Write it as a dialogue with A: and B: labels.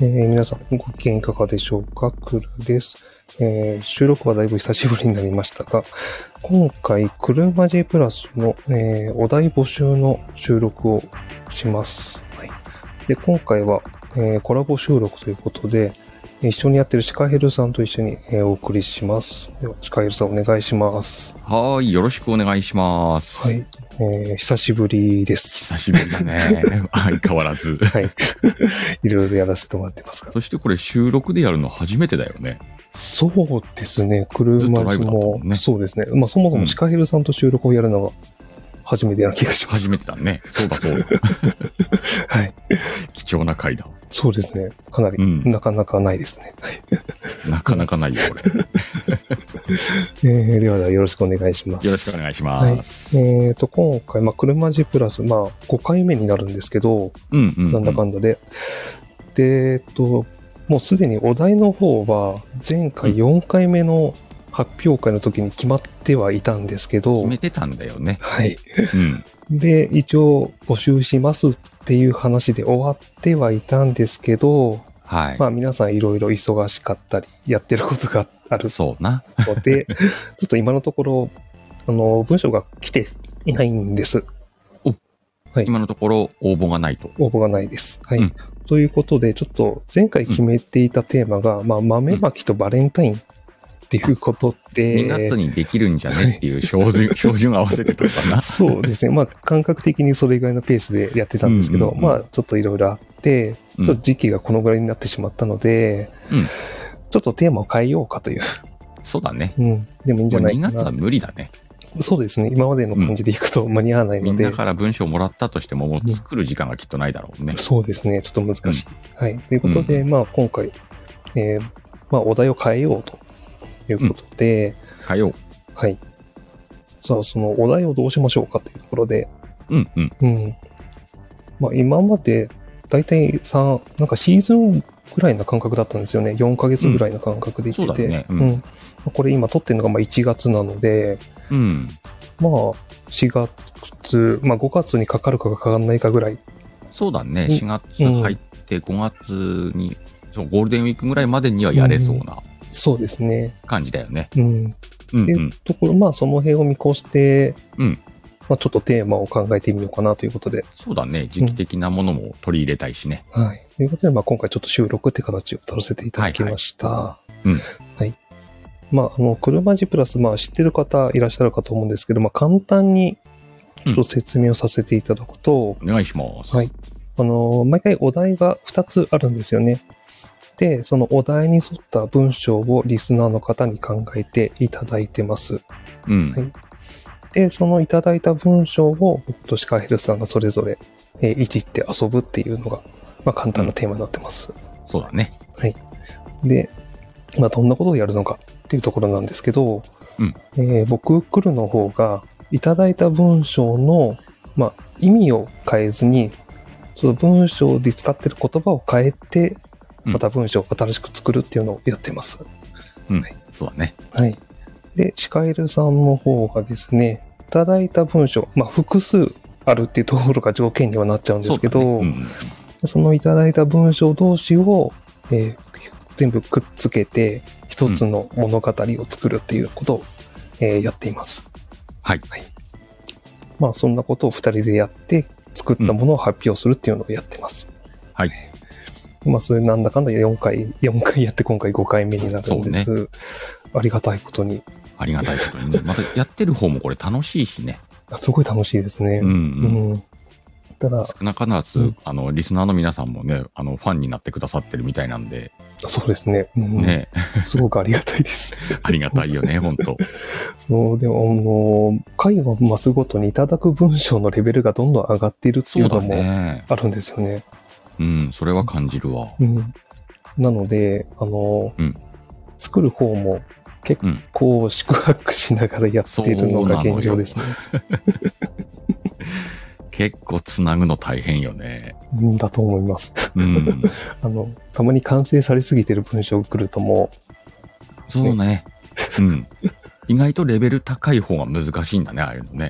A: えー皆さん、ご機嫌いかがでしょうかクルです、えー収録はだいぶ久しぶりになりましたが、今回、車 G プラスの、えーお題募集の収録をします。はい、で今回は、えーコラボ収録ということで、えー一緒にやってるシカヘルさんと一緒に、えーお送りします。では、シカヘルさんお願いします。
B: はーい、よろしくお願いします。
A: はい。えー久しぶりです。
B: 久しぶりだね。 相変わらず。
A: はい。いろいろやらせてもらってますが。
B: そしてこれ収録でやるの初めてだよね。
A: そうですね、
B: ずっ
A: 車
B: とライブだった
A: も
B: もんね
A: そうですね。まあそもそうも
B: ん
A: シカヘルさんと収録をやるのが初めてな気がします。
B: 初めてだね。そうだそうだ。
A: はい。
B: 貴重な回だ。
A: そうですね。かなり、
B: うん
A: なかなかないですね。 はい。
B: なかなかないよ、これ。
A: えー、ではではよろしくお願いします。
B: よろしくお願いします。
A: えっ、と、今回、まあ、車ジプラス、まあ、5回目になるんですけど、
B: うんうん、うん。
A: なんだかんだで。で、えっと、もうすでにお題の方は、前回
B: うん
A: 4回目の発表会の時に決まってはいたんですけど、
B: 決めてたんだよね。
A: はい。
B: うん。
A: で、一応募集しますっていう話で終わってはいたんですけど、
B: はい。
A: まあ皆さんいろいろ忙しかったり、やってることがある
B: そうな。
A: の で、ちょっと今のところ、あの、文章が来ていないんです。はい
B: 今のところ応募がないと。
A: 応募がないです。はい。
B: うん
A: ということで、ちょっと前回決めていたテーマが、まあ豆まきとバレンタインっていうことで、
B: 2月にできるんじゃねっていう標準、標準合わせてたのか な。
A: そうですね。まあ、感覚的にそれ以外のペースでやってたんですけど、
B: うんうんうん
A: まあ、ちょっといろいろあって、ちょ
B: う
A: っ
B: ん
A: と時期がこのぐらいになってしまったので、
B: うん
A: ちょっとテーマを変えようかという。
B: そうだね。
A: うん。でもいいんじ
B: も
A: ゃな
B: う
A: い
B: 2
A: か
B: 月は
A: な。
B: 無理だね。
A: そうですね。今までの感じでいくと間に合わない
B: み
A: の
B: ん
A: で、
B: なから文章もらったとしても、もう作る時間がきっとないだろうね。
A: そうですね。ちょっと難しい。はい。ということで、まあ、今回、えーまあ、お題を変えようということで、
B: 火曜。
A: はい。さあ、そのお題をどうしましょうかというところで、
B: うんうん。
A: うん。まあ今まで、だいたい3、なんかシーズンぐらいな感覚だったんですよね。4ヶ月ぐらいな感覚でいって
B: うんそう
A: て。
B: だね
A: う
B: うんん
A: まあこれ今撮ってるのがまあ1月なので、
B: うん。
A: まあ4月、まあ5月にかかるかかかんないかぐらい。
B: そうだね。
A: うん
B: 4月入って5月に、そうゴールデンウィークぐらいまでにはやれそうな
A: そうですね。
B: 感じだよね。
A: うん。
B: うん
A: で
B: うん。
A: ところ、まあその辺を見越して、
B: うん
A: まあちょっとテーマを考えてみようかなということで。
B: そうだね。時期的なものも取り入れたいしね。
A: はい。ということで、まあ、今回ちょっと収録って形を取らせていただきました。
B: いはいうん
A: はい。まあ、あの、車ジプラス、まあ、知ってる方いらっしゃるかと思うんですけど、まあ、簡単に、ちょっと説明をさせていただくと、
B: お願いします。
A: はいあの、毎回お題が2つあるんですよね。で、そのお題に沿った文章をリスナーの方に考えていただいてます。
B: うん。
A: はいで、そのいただいた文章を、僕とシカヘルさんがそれぞれ、えーいじって遊ぶっていうのが、まあ、簡単なテーマになってます。
B: そうだね。
A: で、まあ、どんなことをやるのかっていうところなんですけど、
B: うん
A: えー僕、クルの方が、いただいた文章の、まあ、意味を変えずに、その文章で使ってる言葉を変えて、
B: うん
A: また文章を新しく作るっていうのをやってます。
B: うん
A: はい。
B: そうだね。
A: はい。で、シカエルさんの方がですね、いただいた文章、まあ、複数あるっていうところが条件にはなっちゃうんで
B: そう
A: すけ
B: だ
A: ど、
B: ねうん
A: そのいただいた文章同士を、えー全部くっつけて、一つの物語を作るっていうことを、えーやっています。
B: はい。
A: まあ、そんなことを二人でやって、作ったものを発表するっていうのをやってます。
B: はい。
A: まあ、それなんだかんだ4回、四回やって今回5回目になるんです。ありがたいことに。
B: ありがたいこと にね。またやってる方もこれ楽しいしね。
A: あすごい楽しいですね
B: うん。うん。
A: うんただ、
B: 少なからず、
A: うん
B: あの、リスナーの皆さんもね、あの、ファンになってくださってるみたいなんで、
A: そうですね。うん
B: ね、
A: すごくありがたいです。
B: ありがたいよね、本当
A: そう、でも、あの、回を増すごとにいただく文章のレベルがどんどん上がっているってい
B: そう
A: の
B: うだ
A: も
B: ね。
A: あるんですよね。
B: うん、それは感じるわ。
A: うん。なので、あの、
B: うん
A: 作る方も結
B: うん。
A: 構宿泊しながらやっているのが現状ですね。
B: 結構つなぐの大変よね。
A: うんだと思います。
B: うん。
A: あの、たまに完成されすぎてる文章来るとも
B: そうね。うん。意外とレベル高い方が難しいんだね、ああいうのね。